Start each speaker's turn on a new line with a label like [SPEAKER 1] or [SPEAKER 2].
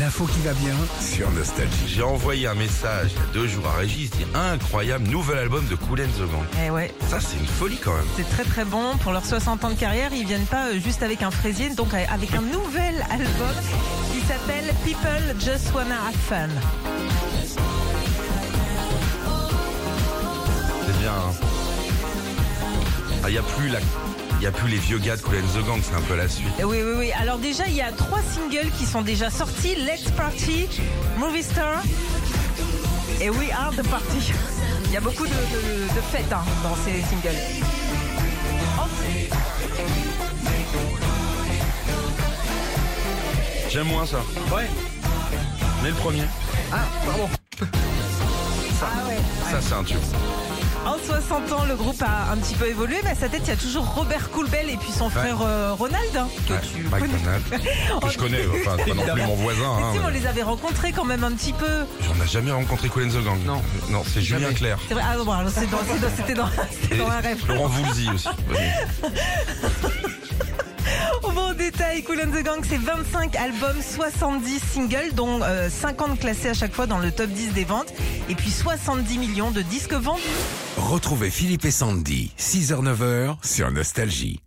[SPEAKER 1] L'info qui va bien sur Nostalgie.
[SPEAKER 2] J'ai envoyé un message il y a deux jours à Régis, il dit incroyable, nouvel album de Cool and the Gang.
[SPEAKER 3] Eh ouais,
[SPEAKER 2] Ça c'est une folie quand même.
[SPEAKER 3] c'est très très bon. Pour leurs 60 ans de carrière, ils viennent pas euh, juste avec un fraisier, donc euh, avec un nouvel album qui s'appelle People Just Wanna Have Fun.
[SPEAKER 2] C'est bien. hein. Ah, Il n'y a plus la... Il y a plus les vieux gars de Cool and the Gang, c'est un peu la suite.
[SPEAKER 3] Eh Oui, oui, oui. Alors déjà, il y a trois singles qui sont déjà sortis. Let's Party, Movie Star et We Are The Party. Il y a beaucoup de, de- de fêtes hein, dans ces singles.
[SPEAKER 2] J'aime moins ça. Ouais. Mais le premier.
[SPEAKER 3] Ah ouais.
[SPEAKER 2] Ça c'est un tube.
[SPEAKER 3] En 60 ans, le groupe a un petit peu évolué, mais à sa tête, il y a toujours Robert Coulbel et puis son frère euh, Ronald. hein, que
[SPEAKER 2] Ouais,
[SPEAKER 3] tu
[SPEAKER 2] Mike
[SPEAKER 3] connais.
[SPEAKER 2] Ronald, que je connais, enfin pas non plus mon voisin.
[SPEAKER 3] Mais
[SPEAKER 2] hein,
[SPEAKER 3] si, on
[SPEAKER 2] mais-
[SPEAKER 3] les avait rencontrés quand même un petit peu.
[SPEAKER 2] J'en ai jamais rencontré Cool and the Gang.
[SPEAKER 4] Non.
[SPEAKER 2] Non, c'est Julien Clerc.
[SPEAKER 3] C'est vrai. Ah non, bon, alors c'est dans- c'est dans- c'était dans, c'était
[SPEAKER 2] Et
[SPEAKER 3] dans un rêve.
[SPEAKER 2] Laurent Voulzy aussi.
[SPEAKER 3] On va en détail. Cool and the Gang, c'est 25 albums, 70 singles, dont euh, 50 classés à chaque fois dans le top 10 des ventes. Et puis 70 millions de disques vendus.
[SPEAKER 1] Retrouvez Philippe et Sandy, 6h-9h sur Nostalgie.